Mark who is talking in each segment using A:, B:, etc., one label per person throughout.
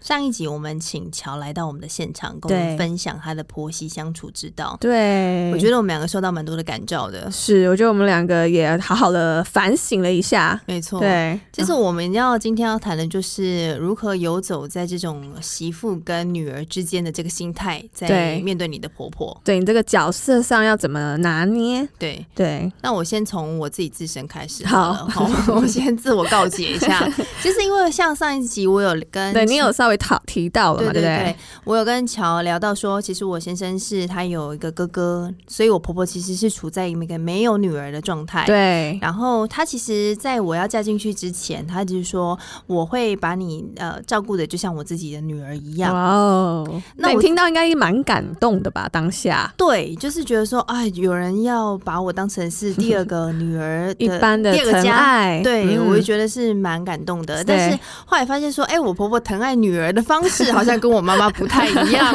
A: 上一集我们请乔来到我们的现场，跟我们
B: 对
A: 分享她的婆媳相处之道。
B: 对，
A: 我觉得我们两个受到蛮多的感召的，
B: 是，我觉得我们两个也好好的反省了一下。
A: 没错。，
B: 对，
A: 其实我们要今天要谈的就是如何游走在这种媳妇跟女儿之间的这个心态，在
B: 对
A: 面对你的婆婆。
B: 嗯对你这个角色上要怎么拿捏？
A: 对，
B: 对，
A: 那我先从我自己自身开始
B: 好
A: 了好，我先自我告诫 一下。其实因为像上一集我有跟
B: 对你有稍微讨提到了
A: 对
B: 嘛，
A: 对
B: 不
A: 对？，我有跟乔聊到说，其实我先生是他有一个哥哥，所以我婆婆其实是处在一个没有女儿的状态。。
B: 对，
A: 然后她其实在我要嫁进去之前，她就是说我会把你呃照顾的就像我自己的女儿一样。
B: 哇哦，
A: 那
B: 那
A: 我
B: 你听到应该蛮感动的吧？当下
A: 对，就是觉得说，哎，有人要把我当成是第二个女儿的
B: 一般的
A: 第二个
B: 疼
A: 家。
B: 爱，
A: 对，
B: 嗯
A: 我就觉得是蛮感动的，但是
B: 对
A: 后来发现说，哎、我婆婆疼爱女儿的方式好像跟我妈妈不太一样。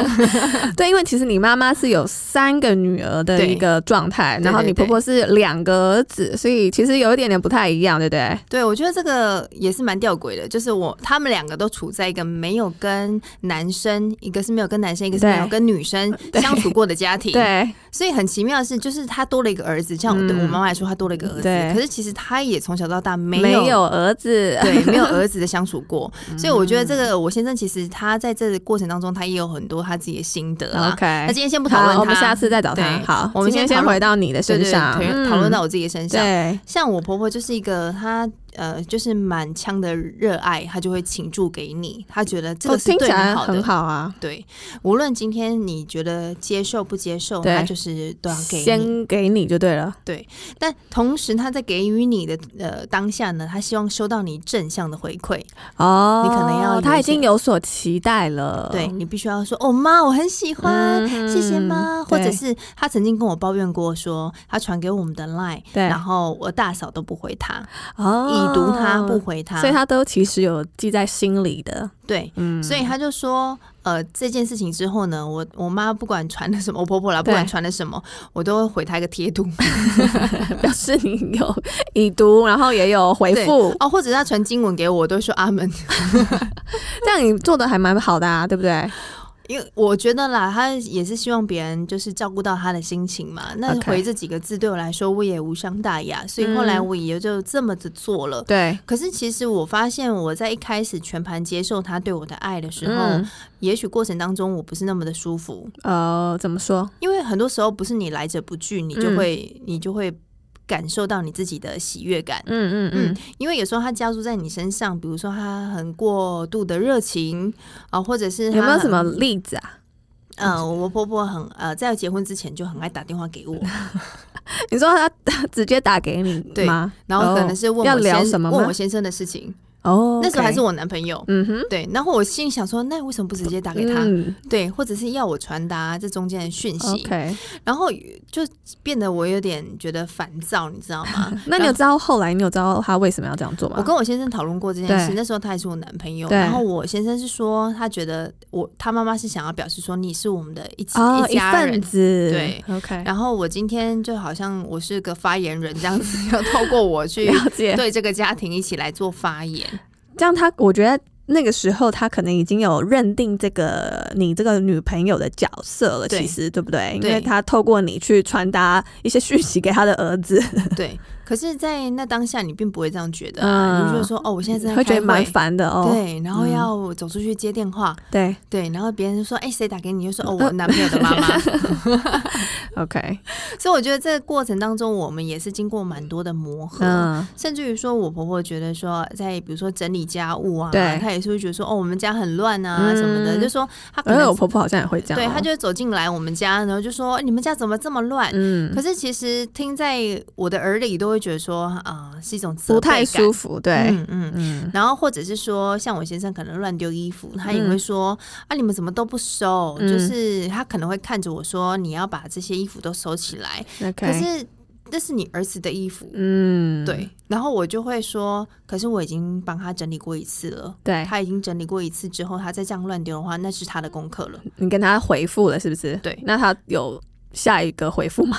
B: 对，因为其实你妈妈是有三个女儿的
A: 对
B: 一个状态，
A: 对
B: 然后
A: 对
B: 你
A: 对
B: 婆婆是两个儿子，所以其实有一点点不太一样，对不对？
A: 对，我觉得这个也是蛮吊诡的，就是我他们两个都处在一个没有跟男生，一个是没有跟男生，一个是没有
B: 对
A: 跟女生
B: 对
A: 相处过的家庭。，
B: 对，
A: 所以很奇妙的是，就是他多了一个儿子，像我对
B: 嗯
A: 我妈妈来说，他多了一个儿
B: 对
A: 子，可是其实他也从小到大没有
B: 没有儿子，
A: 对，没有儿子的相处过，所以我觉得这
B: 嗯
A: 个我先生其实他在这个过程当中，他也有很多他自己的心得啊。
B: OK，
A: 那今天先不讨论
B: 好，
A: 他，
B: 我们下次再找他
A: 对。
B: 好，
A: 我们
B: 今
A: 先
B: 天先
A: 讨论
B: 回到你的
A: 对
B: 身
A: 对
B: 上，
A: 对
B: 嗯
A: 讨论到我自己的身上。
B: 对
A: 像我婆婆就是一个她呃，就是满腔的热爱，她就会倾注给你，她觉得这
B: 哦
A: 个是
B: 听
A: 对
B: 起
A: 你
B: 来
A: 好的。
B: 很好啊。
A: 对，无论今天你觉得接受不接受，
B: 对
A: 她就是都要啊给你。
B: 先给你就对了，
A: 但同时，她在给予你的呃当下呢，她希望收到你正向的回馈。
B: 哦，
A: 你可能要有一
B: 他已
A: 些
B: 经有所期待了，
A: 对你必须要说：“哦妈，我很喜欢，
B: 嗯哼
A: 谢谢妈。”或者
B: 对
A: 是她曾经跟我抱怨过说，她传给我们的 line，
B: 对
A: 然后我大嫂都不回她，
B: 哦，
A: 已读她不，回她，
B: 所以他都其实有记在心里的，
A: 对，
B: 嗯，
A: 所以他就说，呃，这件事情之后呢，我我妈不管传了什么，我婆婆啦，不
B: 对
A: 管传了什么，我都会回她一个贴图
B: 表示你有已读，然后也有回复
A: 对，哦，或者是她传经文给我，我都会说阿门，
B: 这样你做的还蛮好的啊，对不对？
A: 因为我觉得啦，她也是希望别人就是照顾到她的心情嘛。那
B: OK
A: 回这几个字对我来说，我也无伤大雅，所以后来我也就这么子做了。
B: 嗯对，
A: 可是其实我发现，我在一开始全盘接受她对我的爱的时候，
B: 嗯，
A: 也许过程当中我不是那么的舒服，
B: 呃，怎么说？
A: 因为很多时候不是你来者不拒，你
B: 嗯
A: 就会、你就会感受到你自己的喜悦感。
B: 嗯嗯
A: 嗯
B: 嗯，，
A: 因为有时候他加注在你身上，比如说他很过度的热情啊、或者是他
B: 有没有什么
A: 很？
B: 例子啊？
A: 嗯、我婆婆很呃，在结婚之前就很爱打电话给我，
B: 嗯你说他 直接打给你
A: 对
B: 吗？
A: 然后可能是问我
B: 哦要聊
A: 先
B: 什么吗
A: 问我先生的事情。
B: 哦，
A: 那时候还是
B: 我，
A: 我男朋友。
B: 嗯哼，
A: 对，然后我心里想说，那为什么不直接打给他？
B: 嗯
A: 对，或者是要我传达这中间的讯息
B: OK，
A: 然后就变得我有点觉得烦躁，你知道吗？
B: 那你有知道后来你有知道他为什么要这样做吗？
A: 我跟我先生讨论过这件事，
B: 对
A: 那时候他也是我男朋友。
B: 对
A: 然后我先生是说，他觉得我他妈妈是想要表示说你是我们的一起、
B: 哦，一
A: 家人
B: 份。子，
A: 对
B: ，OK，
A: 然后我今天就好像我是个发言人这样子，要透过我去
B: 了解。
A: 对这个家庭一起来做发 言。
B: 这样他，我觉得那个时候他可能已经有认定这个你这个女朋友的角色了，
A: 对
B: 其实对不对？因
A: 对
B: 为他透过你去传达一些讯息给他的儿子，
A: 对，可是，在那当下你并不会这样觉得、啊，
B: 嗯
A: 你就觉得说哦，我现在正在
B: 会觉
A: 开
B: 得
A: 会，
B: 蛮烦的哦。
A: 对，然后要走出去接电话，
B: 对
A: 对，然后别人就说哎谁打给你，就说哦我男朋友的妈 妈。
B: ，OK，
A: 所以我觉得这个过程当中，我们也是经过蛮多的磨合。
B: 嗯，
A: 甚至于说，我婆婆觉得说，在比如说整理家务啊，
B: 对
A: 她也是会觉得说，哦，我们家很乱啊什么的，
B: 嗯
A: 就说她可
B: 而且
A: 能
B: 我婆婆好像也会这样哦，
A: 对她就会走进来我们家，然后就说哦你们家怎么这么乱？
B: 嗯
A: 可，是其实听在我的耳里，都会觉得说啊、是一种责
B: 不太
A: 备感
B: 舒服，对，
A: 嗯嗯。
B: 嗯，
A: 然后或者是说，像我先生可能乱丢衣服，他也
B: 嗯
A: 会说、啊，你们怎么都不收？
B: 嗯
A: 就是他可能会看着我说，你要把这些衣服都收起来。
B: 嗯 OK，
A: 可是那是你儿子的衣服。
B: 嗯，
A: 对，然后我就会说，可是我已经帮他整理过一次了，
B: 对，
A: 他已经整理过一次之后，他再这样乱丢的话，那是他的功课了。
B: 你跟他回复了是不是？
A: 对
B: 那他有下一个回复吗？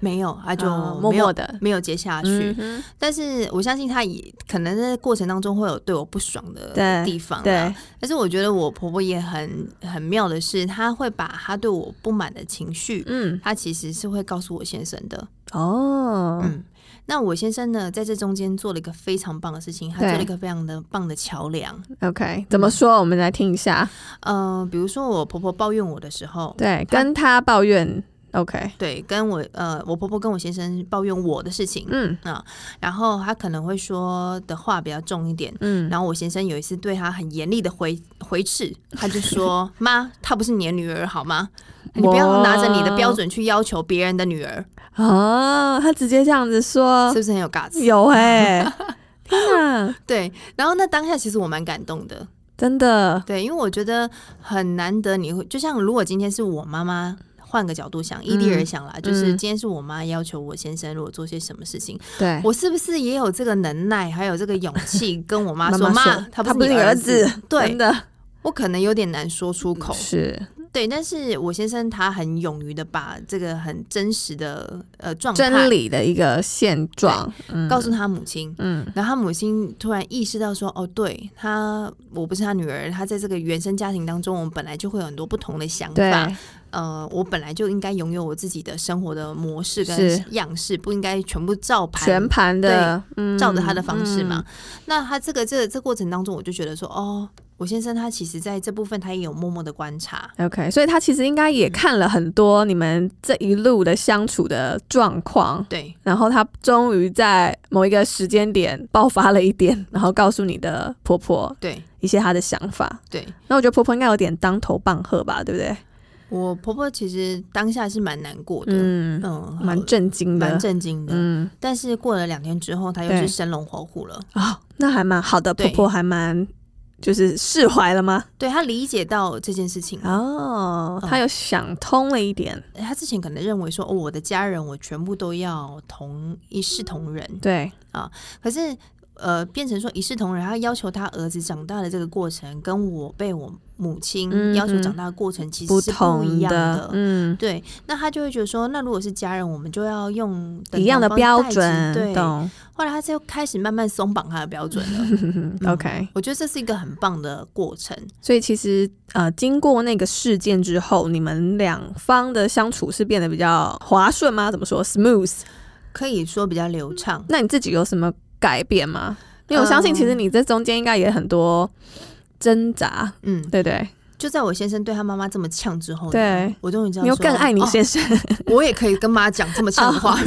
A: 没有，他就
B: 哦 默
A: 没有、
B: 默的
A: 没有接下去。
B: 嗯哼，
A: 但是我相信他也可能在过程当中会有对我不爽的
B: 对
A: 地方，
B: 对。，
A: 但是我觉得我婆婆也很很妙的是，她会把她对我不满的情绪，
B: 嗯，
A: 她其实是会告诉我先生的。
B: 哦，
A: 嗯，那我先生呢，在这中间做了一个非常棒的事情，他
B: 对
A: 做了一个非常的棒的桥梁。
B: OK，怎么说？我们来听一下。
A: 呃，比如说我婆婆抱怨我的时候，
B: 对，跟他抱怨。OK，
A: 对，跟我呃，我婆婆跟我先生抱怨我的事情，
B: 嗯
A: 然后她可能会说的话比较重一点，
B: 嗯，
A: 然后我先生有一次对他很严厉的回回斥，他就说：“妈，她不是你的女儿好吗？你不要拿着你的标准去要求别人的女儿，
B: 哦，他直接这样子说
A: 是，不是很有 guts？”
B: 有 哎、天哪，
A: 对，然后那当下其实我蛮感动的，
B: 真的，
A: 对，因为我觉得很难得你会，就像如果今天是我妈妈。换个角度想，
B: 嗯
A: 依例而想啦，就是今天是我妈要求我先生如果做些什么事情，
B: 对，
A: 我是不是也有这个能耐，还有这个勇 气跟我妈说：“
B: 妈妈说
A: 妈，他
B: 他
A: 不
B: 不
A: 是
B: 是
A: 你
B: 你
A: 儿
B: 儿
A: 子。
B: 子
A: 对哦
B: 真的
A: 我可能有点难说出口，
B: 是
A: 对，但是我先生他很勇于的把这个很真实的呃状态
B: 真理的一个现状。嗯
A: 告诉他母亲，
B: 嗯，
A: 然后他母亲突然意识到说，哦，对他，我不是他女儿，他在这个原生家庭当中，我们本来就会有很多不同的想
B: 对，
A: 法，呃，我本来就应该拥有我自己的生活的模式
B: 是
A: 跟样式，不应该全部照盘
B: 全盘的，嗯
A: 照着他的方式嘛。，那他这个这这过程当中，我就觉得说，哦，我先生他其实在这部分他也有默默的观察，
B: 嗯 OK，所以他其实应该
A: 嗯
B: 也看了很多你们这一路的相处的状况，
A: 对，
B: 然后她终于在某一个时间点爆发了一点，然后告诉你的婆婆
A: 对，
B: 一些她的想法。
A: 对。
B: 那我觉得婆婆应该有点当头棒喝吧，对不对？
A: 我婆婆其实当下是蛮难过的，嗯，
B: 嗯，蛮震惊的，
A: 蛮震惊的。
B: 嗯
A: 但是过了两天之后，她又
B: 对
A: 是生龙活虎了。
B: 哦，那还蛮好的，
A: 对
B: 婆婆还蛮就是释怀了吗？
A: 对她理解到这件事情，
B: 哦，
A: 嗯
B: 她有想通了一点，
A: 她之前可能认为说，哦，我的家人我全部都要同一视同仁，
B: 对，
A: 可是。呃，变成说一视同仁，她要求她儿子长大的这个过程，跟我被我母亲
B: 嗯
A: 要求
B: 嗯
A: 长大的过程其实
B: 不
A: 是不一
B: 同
A: 样
B: 的，嗯，
A: 对，那她就会觉得说，那如果是家人，我们就要用等
B: 一样的
A: 同方
B: 标
A: 待之
B: 准，
A: 对，
B: 懂
A: 后来他就开始慢慢松绑他的标准 了。
B: 嗯？OK，
A: 我觉得这是一个很棒的过程。
B: 所以其实呃，经过那个事件之后，你们两方的相处是变得比较滑顺吗？怎么说？smooth？
A: 可以说比较流畅，
B: 那你自己有什么改变吗？因为
A: 嗯
B: 我相信，其实你这中间应该也很多挣扎，
A: 嗯，
B: 对不对？
A: 就在我先生对他妈妈这么呛之后呢，
B: 对
A: 我终于知道
B: 你又
A: 说
B: 更爱你
A: 哦
B: 先哦生，
A: 我也可以跟妈讲这么呛的话，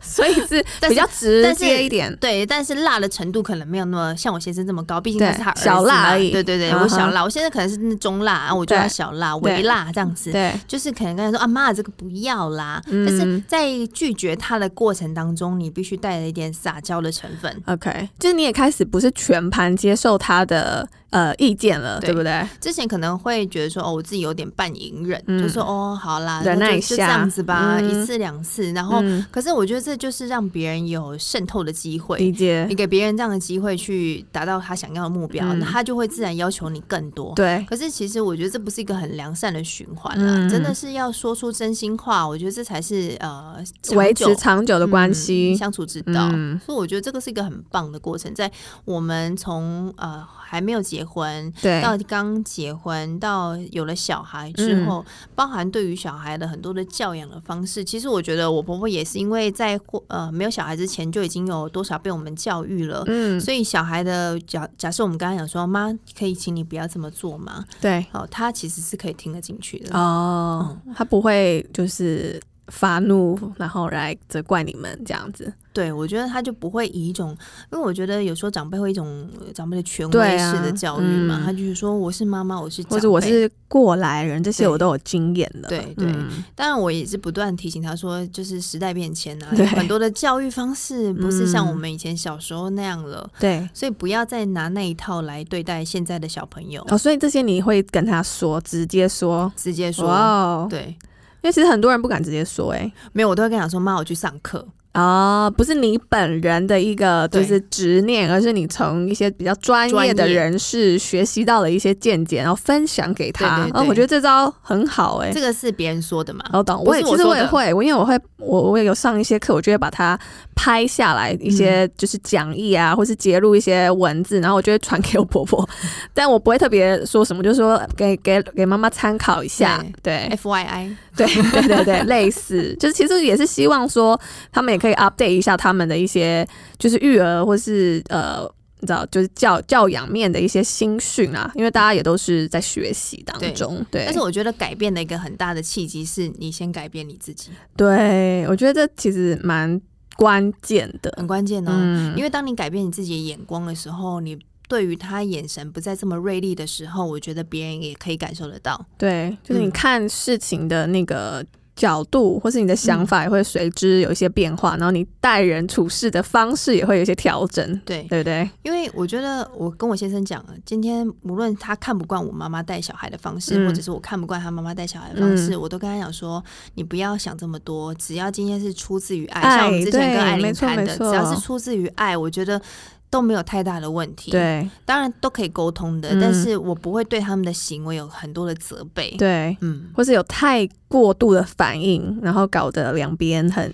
B: 所以是
A: 但是
B: 比较直
A: 但是
B: 接一点。
A: 对，但是辣的程度可能没有那么像我先生这么高，毕竟
B: 对
A: 他是他儿子
B: 小辣
A: 嘛
B: 而已
A: 对对对，
B: 嗯哼
A: 我小辣，我现在可能是中辣，啊我就要
B: 对
A: 小辣、
B: 对
A: 微辣这样子。
B: 对，
A: 就是可能跟他说啊妈，这个不要啦。
B: 嗯
A: 但是在拒绝他的过程当中，你必须带了一点撒娇的成分。
B: OK，就是你也开始不是全盘接受他的呃意见了，
A: 对
B: 对不对？
A: 之前可能会觉得说，哦，我自己有点半隐忍，
B: 嗯
A: 就说哦，好啦，
B: 忍
A: 那就
B: 耐一
A: 就这
B: 下
A: 样子吧，
B: 嗯
A: 一次两次，然后、
B: 嗯，
A: 可是我觉得这就是让别人有渗透的机会。
B: 理解
A: 你，给别人这样的机会去达到他想要的目标，
B: 嗯
A: 那他就会自然要求你更多。
B: 对，
A: 可是其实我觉得这不是一个很良善的循环啦，
B: 嗯
A: 真的是要说出真心话，我觉得这才是呃长
B: 维
A: 久
B: 持长久的关
A: 嗯
B: 系，
A: 相处之道。
B: 嗯，
A: 所以我觉得这个是一个很棒的过程，在我们从呃还没有结婚，
B: 对，
A: 到刚结婚到有了小孩
B: 嗯
A: 之后，包含对于小孩的很多的教养的方式，其实我觉得我婆婆也是因为在过呃没有小孩之前就已经有多少被我们教育了。
B: 嗯，
A: 所以小孩的假假设我们刚刚讲说妈，可以请你不要这么做吗？
B: 对，
A: 哦，他其实是可以听得进去的。
B: 哦，他不会就是发怒，然后来责怪你们这样子，
A: 对，我觉得他就不会以一种，因为我觉得有时候长辈会一种呃长辈的权
B: 对
A: 威
B: 啊
A: 式的教育嘛，
B: 嗯
A: 他就是说我是妈妈，我是
B: 或者
A: 长
B: 我
A: 辈
B: 是过来人，这些
A: 对
B: 我都有经验的，
A: 对对
B: 嗯
A: 当然，我也是不断提醒他说，就是时代变迁啊，
B: 对
A: 有很多的教育方式不是像我
B: 嗯
A: 们以前小时候那样了，
B: 对。
A: 所以不要再拿那一套来对待现在
B: 哦
A: 的小朋友，
B: 哦，所以这些你会跟他说，直接说，
A: 直接
B: 哇
A: 说，
B: 哦，
A: 对，
B: 因为其实很多人不敢直接说、欸，
A: 没有，我都会跟他讲说妈，我去上课。
B: 哎，啊，不是你本人的一个就
A: 对
B: 是执念，而是你从一些比较专业的
A: 专业
B: 人士学习到了一些见解，然后分享给他。
A: 对对对
B: 啊，我觉得这招很好、欸，哎
A: 这。个是别人说的嘛？
B: 我懂，
A: 不
B: 我也
A: 是
B: 其
A: 我
B: 实
A: 说
B: 我也
A: 的
B: 会，我因为我会，我我也有上一些课，我就会把它拍下来一些
A: 嗯
B: 就是讲义啊，或是截录一些文字，然后我就会传给我婆婆， 但我不会特别说什么，就说给给给妈妈参考一下，对
A: F Y I，
B: 对对对对，类似，就是其实也是希望说他们也可以 update 一下他们的一些就是育儿或是呃。你知道，就是教教养面的一些新训啊，因为大家也都是在学习当
A: 对
B: 中，对。
A: 但是我觉得改变的一个很大的契机是你先改变你自己，
B: 呃对，我觉得这其实蛮关键的。
A: 很关键哦。
B: 嗯，
A: 因为当你改变你自己的眼光的时候，你对于他眼神不再这么锐利的时候，我觉得别人也可以感受得到。
B: 对，就是你
A: 嗯
B: 看事情的那个角度，或是你的想
A: 嗯
B: 法也会随之有一些变化，然后你待人处事的方式也会有一些调整，
A: 对，
B: 对不对？
A: 因为我觉得我跟我先生讲，今天无论他看不惯我妈妈带小孩的方式，
B: 嗯
A: 或者是我看不惯他妈妈带小孩的方式，我都跟他讲说，你不要想这么多，只要今天是出自于爱，
B: 爱
A: 像我们之前
B: 对
A: 跟艾
B: 没
A: 琳
B: 错
A: 谈
B: 没
A: 的，只
B: 错
A: 要是出自于爱，我觉得。都没有太大的问题，，
B: 对
A: 当然都可以沟通的，
B: 嗯
A: 但是我不会对他们的行为有很多的责备，，
B: 对，
A: 嗯，
B: 或是有太过度的反应，然后搞得两边很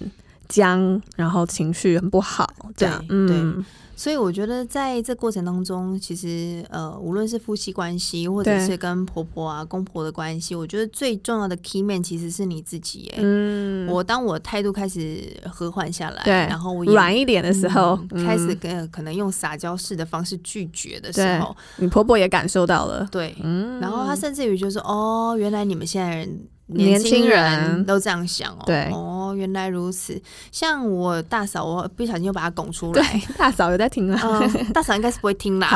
B: 僵，然后情绪很不好，这样，
A: 对对
B: 嗯，
A: 所以我觉得在这过程当中，其实呃，无论是夫妻关系，或者
B: 对
A: 是跟婆婆啊、公婆的关系，我觉得最重要的 key man 其实是你自己耶。
B: 嗯，
A: 我当我态度开始和缓下来，
B: 对
A: 然后我也
B: 软一点的时候，
A: 嗯开始
B: 嗯
A: 跟可能用撒娇式的方式拒绝的时候，
B: 你婆婆也感受到了，
A: 对，
B: 嗯，
A: 然后她甚至于就说：“哦，原来你们现在人。”
B: 年轻
A: 轻
B: 人
A: 都这样想哦，
B: 对
A: 哦，原来如此。像我大嫂，我不小心又把她拱出
B: 对
A: 来，
B: 大嫂有在听啊，
A: 嗯，大嫂应该是不会 听啦。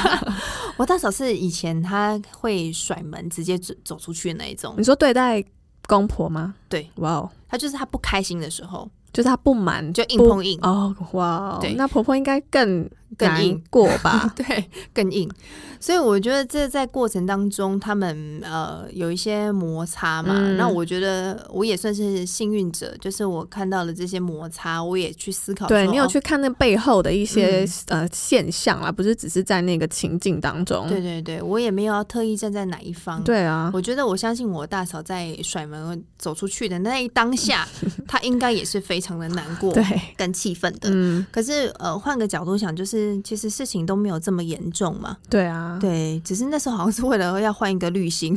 A: 我大嫂是以前她会甩门直接走走出去的那一种
B: 你，说对待公婆吗？
A: 对，
B: 哇哦，
A: 她就是她不开心的时候
B: 就是她不满
A: 就硬
B: 不
A: 碰硬，
B: 哦，哇哦
A: 对，
B: 那婆婆应该更
A: 更硬？
B: 难过吧
A: 对，更硬。所以我觉得这在过程当中，他们呃有一些摩擦嘛。
B: 嗯
A: 那我觉得我也算是幸运者，就是我看到了这些摩擦，我也去思考说。
B: 对你有
A: 哦
B: 去看那背后的一些、
A: 嗯
B: 呃现象啦，不是只是在那个情境当中。
A: 对对对，我也没有要特意站在哪一方。
B: 对啊，
A: 我觉得我相信我大嫂在甩门走出去的那一当 下，她应该也是非常的难过
B: 对，
A: 跟气愤的。
B: 嗯，
A: 可是呃，换个角度想，就是其实事情都没有这么严重嘛。
B: 对啊，
A: 对，只是那时候好像是为了要换一个滤芯，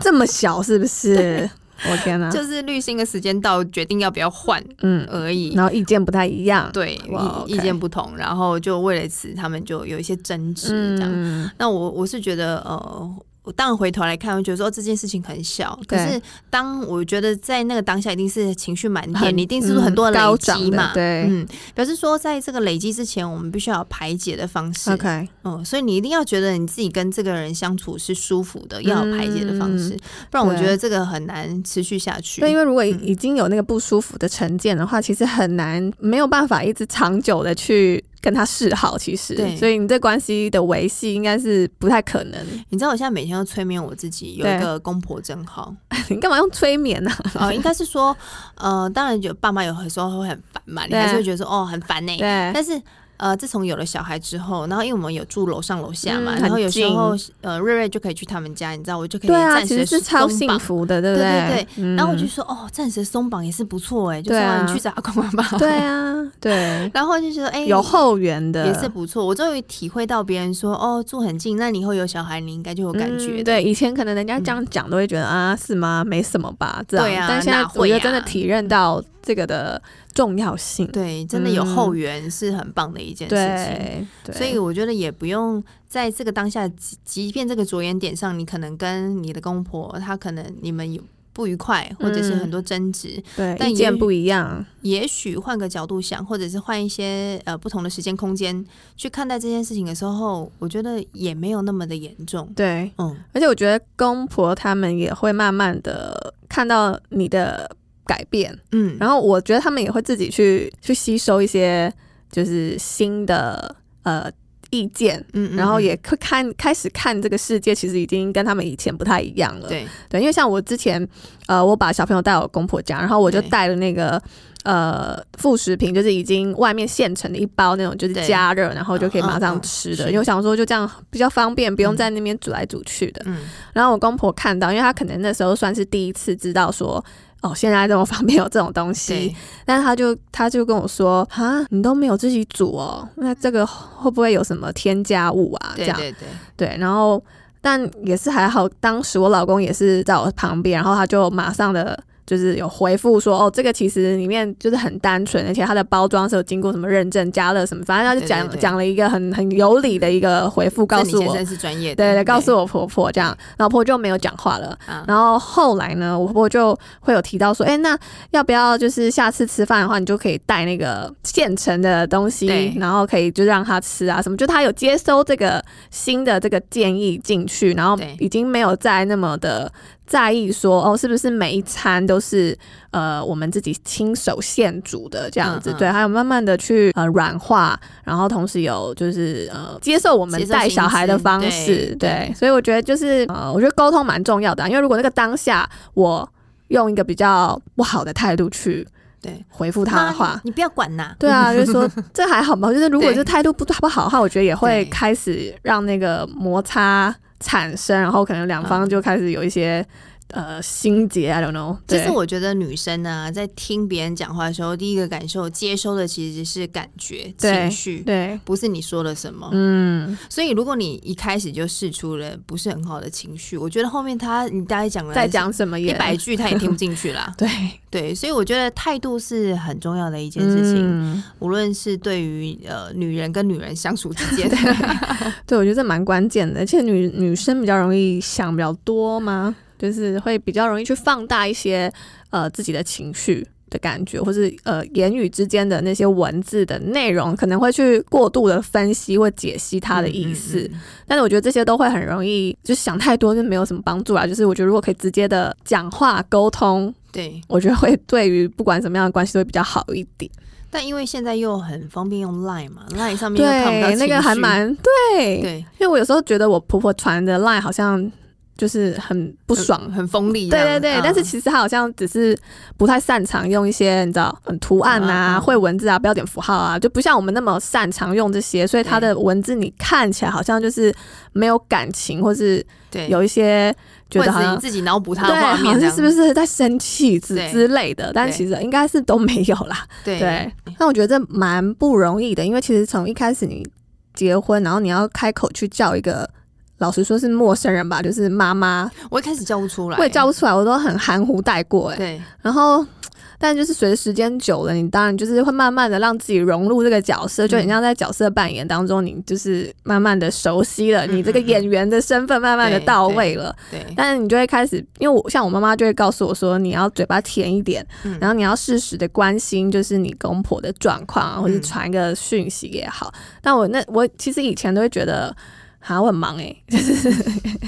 B: 这么小是不是？我天 哪、
A: 就是滤芯的时间到，决定要不要换
B: 嗯，
A: 而已。
B: 然后意见不太一样，
A: 对，
B: 哇
A: 意意
B: OK
A: 见不同，然后就为了此，他们就有一些争执这样。
B: 嗯，
A: 那我我是觉得，呃，我当然回头来看，我觉得说、哦这件事情很小，可
B: 对
A: 是当我觉得在那个当下，一定是情绪满
B: 很
A: 点，你一定是很多
B: 嗯高
A: 累
B: 涨
A: 积
B: 的
A: 嘛，
B: 对
A: 嗯，表示说在这个累积之前，我们必须要有排解的方式
B: OK，
A: 嗯，所以你一定要觉得你自己跟这个人相处是舒服的，要有排解的方式，
B: 嗯
A: 不然我
B: 对
A: 觉得这个很难持续下去。
B: 对，因为如果已
A: 嗯
B: 已经有那个不舒服的成见的话，其实很难没有办法一直长久的去跟他示好。其实，
A: 对
B: 所以你这关系的维系应该是不太可能。
A: 你知道我现在每天都催眠我自己，有
B: 对
A: 一个公婆真好。
B: 你干嘛用催眠啊呢、
A: 呃，应该是说，呃，当然有爸妈有时候会很烦嘛，你还是
B: 对
A: 会觉得说哦很烦呢、
B: 对，
A: 但是呃，自从有了小孩之后，然后因为我们有住楼上楼下嘛，
B: 嗯
A: 然后
B: 很
A: 有时
B: 近
A: 候呃瑞瑞就可以去他们家，你知道我就可以
B: 对啊，
A: 暂
B: 其
A: 时
B: 实是超
A: 松
B: 幸
A: 绑。
B: 福的，对不
A: 对
B: 对嗯
A: 然后我就说哦，暂时松绑也是不错哎、就是、
B: 对啊
A: 你去找阿公阿妈。
B: 对啊，对，
A: 然后就觉得哎、
B: 有后援的
A: 也是不错。我终于体会到别人说哦，住很近，那你以后有小孩，你应该就有感觉
B: 嗯
A: 的。
B: 对，以前可能人家这样讲都会觉得、啊，是吗？没什么吧，这样。
A: 对啊
B: 但现在
A: 哪
B: 我
A: 会
B: 觉得真的
A: 啊
B: 体认到这个的重要性。
A: 对，真的有
B: 嗯
A: 后援是很棒的一件事情。
B: 对，对
A: 所以我觉得也不用在这个当下，即即便这个着眼点上，你可能跟你的公婆，她可能你们有不愉快，或者是很
B: 嗯
A: 多争执，
B: 对
A: 但
B: 意见
A: 也
B: 不一样，
A: 也许换个角度想，或者是换一些呃不同的时间空间去看待这件事情的时候，我觉得也没有那么的严重。
B: 对，
A: 嗯，
B: 而且我觉得公婆他们也会慢慢的看到你的改变，
A: 嗯，
B: 然后我觉得他们也会自己去去吸收一些就是新的呃意见，
A: 嗯
B: 然后也会看开始看这个世界，其实已经跟他们以前不太一样了。
A: 对，
B: 对，因为像我之前，呃，我把小朋友带到我公婆家，然后我就
A: 对
B: 带了那个呃副食品，就是已经外面现成的一包那种，就是
A: 对
B: 加热然后就可以
A: 嗯嗯
B: 马上
A: 嗯
B: 吃的，
A: 是
B: 因为我想说就这样比较方便，不用
A: 嗯
B: 在那边煮来煮去的。
A: 嗯，
B: 然后我公婆看到，因为她可能那时候算是第一次知道说，哦，现在这么方便有这种东西
A: 对，，
B: 但是她就她就跟我说，哈，你都没有自己煮哦，那这个会不会有什么添加物啊？这
A: 嗯对
B: 样
A: 对对，
B: 对，然后但也是还好，当时我老公也是在我旁边，然后他就马上的。就是有回复说哦，这个其实里面就是很单纯，而且它的包装是有经过什么认证、加热什么，反正他就
A: 对对
B: 讲
A: 对
B: 讲了一个很很有理的一个回复，告
A: 这
B: 诉
A: 你
B: 我
A: 先，生是专业的，
B: 对对，告诉我婆婆这样，老婆就没有讲话了。
A: 啊，
B: 然后后来呢，我婆婆就会有提到说，哎，那要不要就是下次吃饭的话，你就可以带那个现成的东西
A: 对，
B: 然后可以就让她吃啊什么，就她有接收这个新的这个建议进去，然后
A: 对
B: 已经没有再那么的在意说，哦，是不是每一餐都是呃我们自己亲手现煮的这样子，
A: 嗯嗯
B: 对，还有慢慢的去呃软化，然后同时有就是呃接受我们
A: 接受
B: 带小孩的
A: 薪资
B: 方
A: 对
B: 式，对
A: 对，
B: 所以我觉得就是呃，我觉得沟通蛮重要的啊、因为如果那个当下我用一个比较不好的态度去
A: 对
B: 回复他
A: 妈
B: 的话。
A: 你不要管呐，
B: 对啊，就是说这还 好吧。就是如果
A: 对
B: 这态度不不好的话，我觉得也会
A: 对
B: 开始让那个摩擦产生，然后可能两方
A: 嗯
B: 就开始有一些、呃心结，I don't know
A: 其
B: 对。
A: 实我觉得女生呢、在听别人讲话的时候，第一个感受接收的其实是感觉、
B: 对
A: 情绪，
B: 对，
A: 不是你说了什么。
B: 嗯，
A: 所以，如果你一开始就试出了不是很好的情绪，我觉得后面他你大概讲了
B: 在讲什么也。
A: 一百句，他也听不进去啦
B: 对
A: 对，所以我觉得态度是很重要的一件事情，
B: 嗯
A: 无论是对于呃女人跟女人相处之 间，
B: 对，我觉得这蛮关键的，而且女女生比较容易想比较多嘛，就是会比较容易去放大一些呃自己的情绪的感觉，或是呃言语之间的那些文字的内容，可能会去过度的分析或解析它的意思。
A: 嗯嗯嗯
B: 但是我觉得这些都会很容易，就想太多就没有什么帮助啦。就是我觉得如果可以直接的讲话沟通，
A: 对，
B: 我觉得会对于不管什么样的关系都会比较好一点。
A: 但因为现在又很方便用 Line 嘛，Line 上面又看不到
B: 对，那个
A: 情
B: 还
A: 绪
B: 蛮对
A: 对，
B: 因为我有时候觉得我婆婆传的 line 好像就是很不爽。
A: 很锋利这
B: 对
A: 样。
B: 对
A: 嗯
B: 对，但是其实她好像只是不太擅长用一些你知道，嗯，图案
A: 嗯
B: 啊、
A: 嗯嗯
B: 会文字啊、标点符号啊，就不像我们那么擅长用这些，所以她的文字你看起来好像就是没有感情，或是
A: 嗯对
B: 有一些觉
A: 或者
B: 得好
A: 是
B: 像
A: 你自己脑补他
B: 对，
A: 的画
B: 好
A: 面，这
B: 像
A: 样
B: 是不是在生气之
A: 对
B: 之类的，但
A: 对
B: 其实应该是都没有啦。
A: 对
B: 对，那我觉得这蛮不容易的，因为其实从一开始你结婚，然后你要开口去叫一个，老实说是陌生人吧，就是妈妈，
A: 我一开始叫不出来，
B: 我也叫不出来，我都很含糊带过哎、
A: 对
B: 然后，但就是随着时间久了，你当然就是会慢慢的让自己融入这个角色，就很像在角色扮演当中，你就是慢慢的熟悉了，
A: 嗯
B: 你这个
A: 嗯嗯
B: 演员的身份慢慢的
A: 对
B: 到
A: 对
B: 位了。
A: 对，
B: 但是你就会开始，因为我像我妈妈就会告诉我说，你要嘴巴甜一点，
A: 嗯
B: 然后你要适时的关心，就是你公婆的状况啊，或是
A: 嗯
B: 传一个讯息也好。但我那我其实以前都会觉得。啊，我很忙哎、就是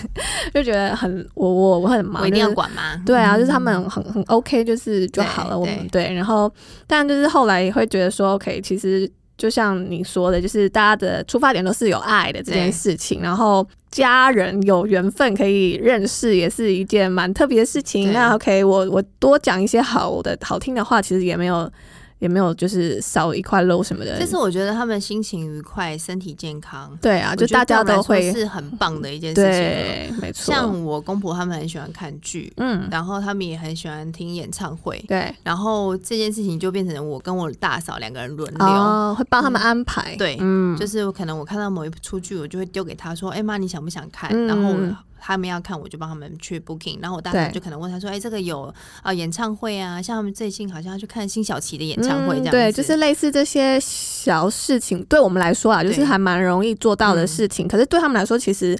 B: 就觉得很我我我很忙，
A: 我一定
B: 就是
A: 要管吗？
B: 对啊，就是他们很很 OK，就是就好了。
A: 嗯对
B: 我们对，然后但就是后来也会觉得说，OK，其实就像你说的，就是大家的出发点都是有爱的这件
A: 对
B: 事情，然后家人有缘分可以认识，也是一件蛮特别的事情。
A: 对
B: 那 OK，我我多讲一些好的好听的话，其实也没有也没有就是少一块肉什么的。
A: 这是我觉得他们心情愉快，身体健康，
B: 对啊，就
A: 我觉得
B: 大
A: 对
B: 家
A: 我来
B: 都
A: 说
B: 会
A: 是很棒的一件事情了。
B: 对，没错，
A: 像我公婆他们很喜欢看剧，
B: 嗯，
A: 然后他们也很喜欢听演唱会，
B: 对
A: 然后这件事情就变成我跟我大嫂两个人轮流。
B: 哦，会帮他们安排，
A: 对
B: 嗯，
A: 就是我可能我看到某一出剧，我就会丢给他说：“哎、妈，你想不想看？”
B: 嗯
A: 然后我他们要看，我就帮他们去 booking。然后我大嫂
B: 对
A: 就可能问他说：“哎、这个有啊、呃演唱会啊，像他们最近好像要去看辛晓琪的演唱会这样子。
B: 嗯对，就是类似这些小事情，对我们来说啊，就是
A: 对嗯
B: 还蛮容易做到的事情。可是对他们来说，其实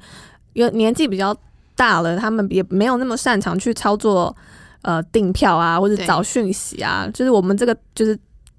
B: 有年纪比较大了，他们也没有那么擅长去操作呃订票啊，或者
A: 对
B: 找讯息啊。就是我们这个就是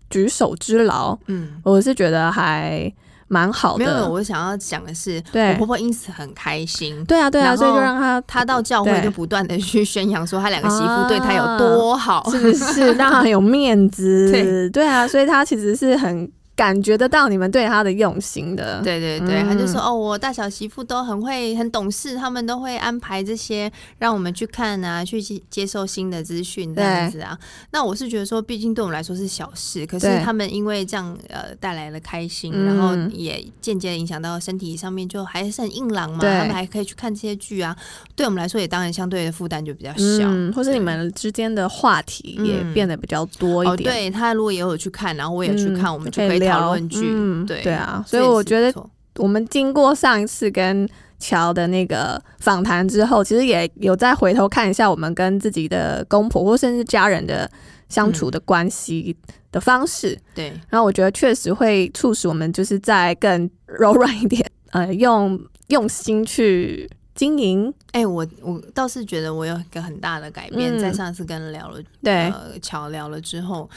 B: 举手之劳，
A: 嗯，
B: 我是觉得还蛮好
A: 没有没有，
B: 的。
A: 我想要讲的是，
B: 对
A: 我婆婆因此很开心。
B: 对啊，对啊，
A: 然后
B: 所以就让他
A: 她到教会
B: 对
A: 就不断的去宣扬说，她两个媳妇
B: 啊
A: 对她有多好。
B: 是不是让他很有面子？
A: 哦对
B: 啊，所以他其实是很感觉得到你们对他的用心的。，
A: 对对对，他就
B: 嗯
A: 说哦，我大小媳妇都很会、很懂事，他们都会安排这些让我们去看啊，去接接受新的资讯这样子啊。那我是觉得说，毕竟对我们来说是小事，可是
B: 对
A: 他们因为这样呃带来了开心，
B: 嗯
A: 然后也间接影响到身体上面，就还是很硬朗嘛。
B: 对
A: 他们还可以去看这些剧啊，对我们来说也当然相对的负担就比较小。
B: 嗯，或是你们之间的话题也
A: 嗯
B: 变得比较多
A: 哦，
B: 一点。
A: 对他如果也有去看，然后我也去
B: 嗯
A: 看，我们就可以讨论
B: 聊
A: 剧。
B: 嗯
A: 对
B: 对啊，
A: 这
B: 所以
A: 也
B: 我
A: 是
B: 觉得
A: 不错
B: 我们经过上一次跟乔的那个访谈之后，其实也有再回头看一下我们跟自己的公婆或甚至家人的相
A: 嗯
B: 处的关系的方式。
A: 对，
B: 然后我觉得确实会促使我们就是在更柔软一点，呃，用用心去经营。
A: 哎、我我倒是觉得我有一个很大的改变，
B: 嗯
A: 在上次跟聊了
B: 对，
A: 呃巧聊了之后，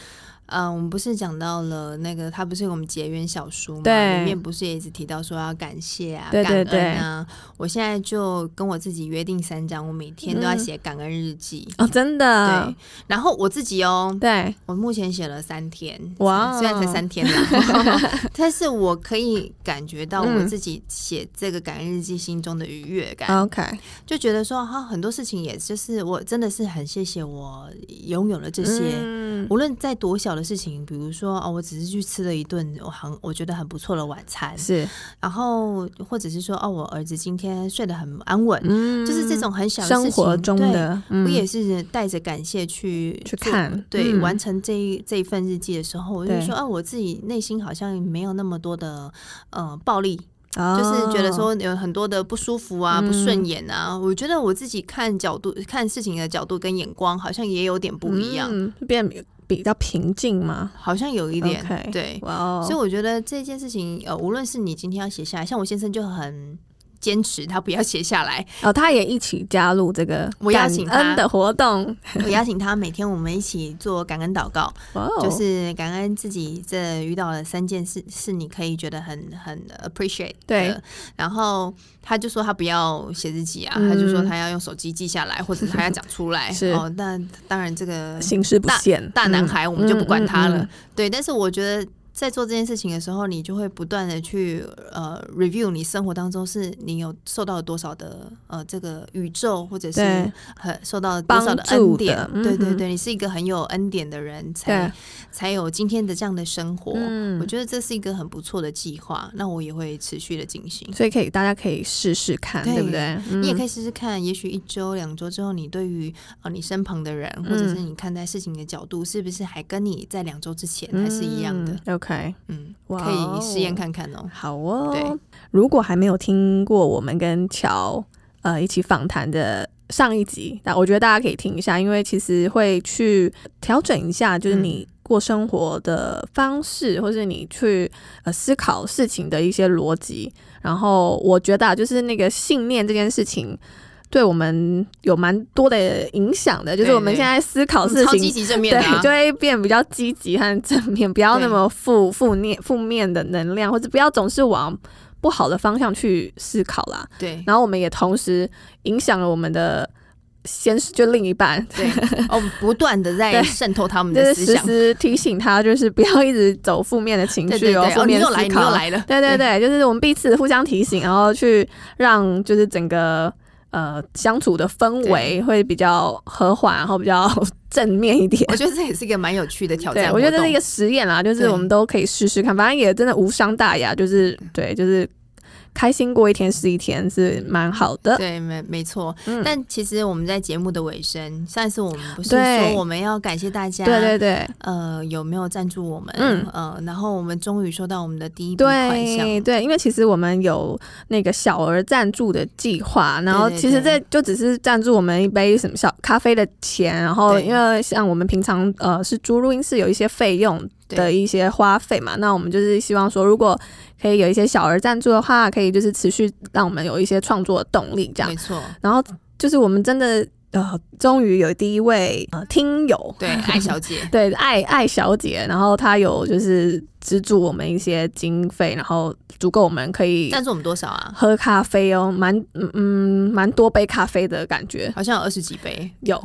A: 呃，我们不是讲到了那个他不是有我们结缘小书嘛，
B: 对
A: 里面不是也一直提到说要感谢啊、
B: 对对
A: 感恩啊。我现在就跟我自己约定三章，我每天都要
B: 嗯
A: 写感恩日记。
B: 哦，真的
A: 对，，然后我自己哦，
B: 对，
A: 我目前写了三天，
B: 哇哦
A: 虽然才三天 啦，但是我可以感觉到我
B: 嗯
A: 自己写这个感恩日记心中的愉悦感。
B: OK，
A: 就觉得说哈，很多事情也就是我真的是很谢谢我拥有了这
B: 这
A: 些。
B: 嗯
A: 无论在多小的事情，比如说哦，我只是去吃了一顿我很我觉得很不错的晚餐，
B: 是，
A: 然后或者是说哦，我儿子今天睡得很安稳，
B: 嗯
A: 就是这种很小的事
B: 生
A: 情
B: 活中
A: 对
B: 的，嗯
A: 我也是带着感谢去
B: 去
A: 做
B: 看
A: 对，
B: 嗯
A: 完成这一这一份日记的时候，我就
B: 对
A: 说啊，我自己内心好像没有那么多的呃暴力，
B: 哦
A: 就是觉得说有很多的不舒服啊、
B: 嗯
A: 不顺眼啊。我觉得我自己看角度、看事情的角度跟眼光好像也有点不一样，
B: 嗯、变比较平静嘛。
A: 好像有一点
B: OK
A: 对。
B: 哇哦，
A: 所以我觉得这件事情，呃，无论是你今天要写下来，像我先生就很坚持他不要写下来，
B: 哦，他也一起加入这个
A: 我邀
B: 感
A: 请他
B: 恩的活动，
A: 我邀请他每天我们一起做感恩祷告，
B: 哇哦，
A: 就是感恩自己这遇到了三件事，是你可以觉得很很 appreciate 的
B: 对。
A: 然后他就说他不要写日记啊，
B: 嗯。
A: 他就说他要用手机记下来，或者他要讲出来
B: 是
A: 哦，那当然这个
B: 形式不限，嗯
A: 大男孩我们就不管他了。
B: 嗯嗯嗯
A: 对，但是我觉得。在做这件事情的时候，你就会不断的去呃 review 你生活当中是你有受到多少的呃这个宇宙或者是
B: 对
A: 很受到多少的恩典
B: 帮助的
A: 对对
B: 嗯嗯
A: 对，你是一个很有恩典的人，才才有今天的这样的生活。
B: 嗯
A: 我觉得这是一个很不错的计划，那我也会持续的进行
B: 对，。所以可以大家可以试试看，
A: 对
B: 对不对？嗯
A: 你也可
B: 以，
A: 以试试看，也许一周、两周之后，你对于呃你身旁的人，或者是
B: 嗯
A: 你看待事情的角度，是不是还跟你在两周之前还是一样的？
B: 嗯 OK，
A: 嗯，
B: 哇
A: 可以试验
B: 哦
A: 看看哦。
B: 好哦。
A: 对，
B: 如果还没有听过我们跟乔呃一起访谈的上一集，那我觉得大家可以听一下，因为其实会去调整一下，
A: 嗯
B: 就是你过生活的方式，或是你去呃思考事情的一些逻辑。然后我觉得、啊、就是那个信念这件事情。对我们有蛮多的影响的，就是
A: 对
B: 我们
A: 对
B: 现在思考
A: 我
B: 事
A: 嗯们超
B: 情
A: 积极正面的、啊
B: 对，就，会变比较积极和正面，不要
A: 对
B: 那么负负面负面的能量，或者不要总是往不好的方向去思考啦。
A: 对
B: 然后我们也同时影响了我们的先就另一半，
A: 对，哦，不断的在
B: 对
A: 渗透他们
B: 就
A: 的思
B: 是时
A: 想。
B: 时提醒他，就是不要一直走负面的情
A: 对对
B: 绪
A: 对，
B: 负
A: 哦，你
B: 面
A: 又来，
B: 思
A: 你又
B: 考。
A: 来了。
B: 对对对，就是我们彼此互相提醒，然后去让就是整个呃相处的氛围会比较和缓，然后比较 正面一点。
A: 我觉得这也是一个蛮有趣的挑
B: 对
A: 战，
B: 我觉得
A: 活
B: 这是
A: 动
B: 一个实验啦，就是
A: 对
B: 我们都可以试试看，反正也真的无伤大雅，就是
A: 嗯
B: 对，就是开心过一天是一天，是蛮好的。
A: 对，没没错。
B: 嗯
A: 但其实我们在节目的尾声，上一次我们不是
B: 对
A: 说我们要感谢大家，
B: 对对对
A: 呃，有没有赞助我们？
B: 嗯
A: 呃，然后我们终于收到我们的第一笔款
B: 对
A: 项，哦
B: 对，因为其实我们有那个小额赞助的计划，然后
A: 对对
B: 其实这就只是赞助我们一杯什么小咖啡的钱，然后
A: 对
B: 因为像我们平常呃是租录音室有一些费用
A: 对
B: 的一些花费嘛，那我们就是希望说，如果可以有一些小额赞助的话，可以就是持续让我们有一些创作的动力这样
A: 没。 错，
B: 然后就是我们真的呃，终于有第一位呃听友，，
A: 对，艾小姐
B: 对爱爱小姐，然后她有就是资助我们一些经费，然后足够我们可以
A: 赞助我们多少啊？
B: 喝咖啡哦，蛮嗯嗯蛮多杯咖啡的感觉
A: 好像有二十几杯，
B: 有，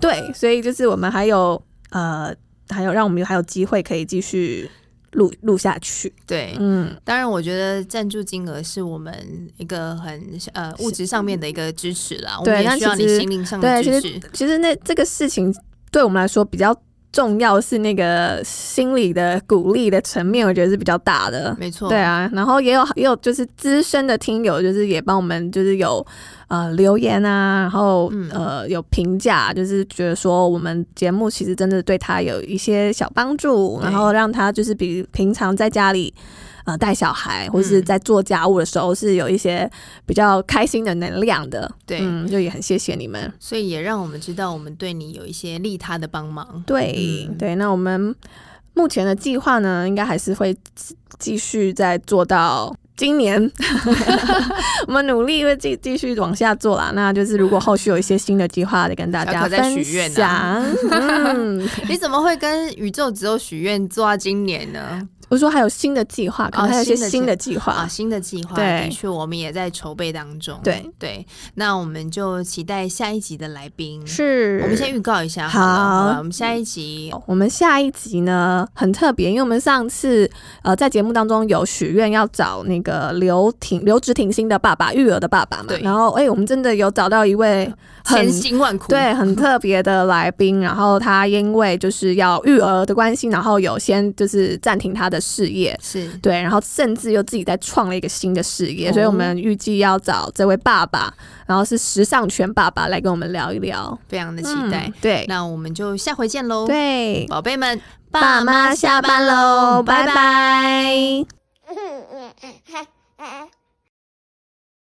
B: 对，所以就是我们还有呃还有让我们还有机会可以继续录录下去。
A: 对，
B: 嗯，
A: 当然我觉得赞助金额是我们一个很呃物质上面的一个支持啦，我
B: 对
A: 们也
B: 那
A: 需要
B: 其
A: 你
B: 实
A: 心灵上的
B: 对，其
A: 支
B: 实
A: 持。
B: 其实那这个事情对我们来说比较重要是那个心理的鼓励的层面，我觉得是比较大的。
A: 没错，
B: 对啊，然后也有也有就是资深的听友，就是也帮我们就是有呃留言啊，然后、
A: 嗯
B: 呃有评价，就是觉得说我们节目其实真的对他有一些小帮助，
A: 对
B: 然后让他就是比平常在家里。呃，带小孩或是
A: 嗯
B: 在做家务的时候，是有一些比较开心的能量的。
A: 对
B: 嗯，就也很谢谢你们。
A: 所以也让我们知道我们对你有一些利他的帮忙。
B: 对、
A: 嗯
B: 对，那我们目前的计划呢，应该还是会继继续再做到 今年，我们努力会继继续往下做啦。那就是如果后续有一些新的计划，再跟大
A: 小
B: 家
A: 可在
B: 分
A: 许愿
B: 享。
A: 啊
B: 嗯，
A: 你怎么会跟宇宙只有许愿做到今年呢？
B: 我说还有新的计划，可能
A: 哦
B: 还有一些
A: 新的计
B: 新的计划。
A: 啊，新的计划
B: 对
A: 的确我们也在筹备当中。
B: 对
A: 对，那我们就期待下一集的来宾。
B: 是，
A: 我们先预告一下好了，
B: 好
A: 吧我们下一集
B: 我们下一集呢很特别，因为我们上次呃在节目当中有许愿要找那个刘婷刘植婷新的爸爸育儿的爸爸嘛
A: 对，
B: 然后哎、我们真的有找到一位很
A: 千辛万苦，
B: 对很特别的来宾，然后他因为就是要育儿的关系，然后有先就是暂停他的事业。
A: 是
B: 对，然后甚至又自己再创了一个新的事业，
A: 哦
B: 所以我们预计要找这位爸爸，然后是时尚圈爸爸来跟我们聊一聊，
A: 非常的期待
B: 嗯。对
A: 那我们就下回见喽，
B: 对，
A: 宝贝们，
B: 爸妈下班喽，拜拜。
C: 嗯嗯嗯，哈啊。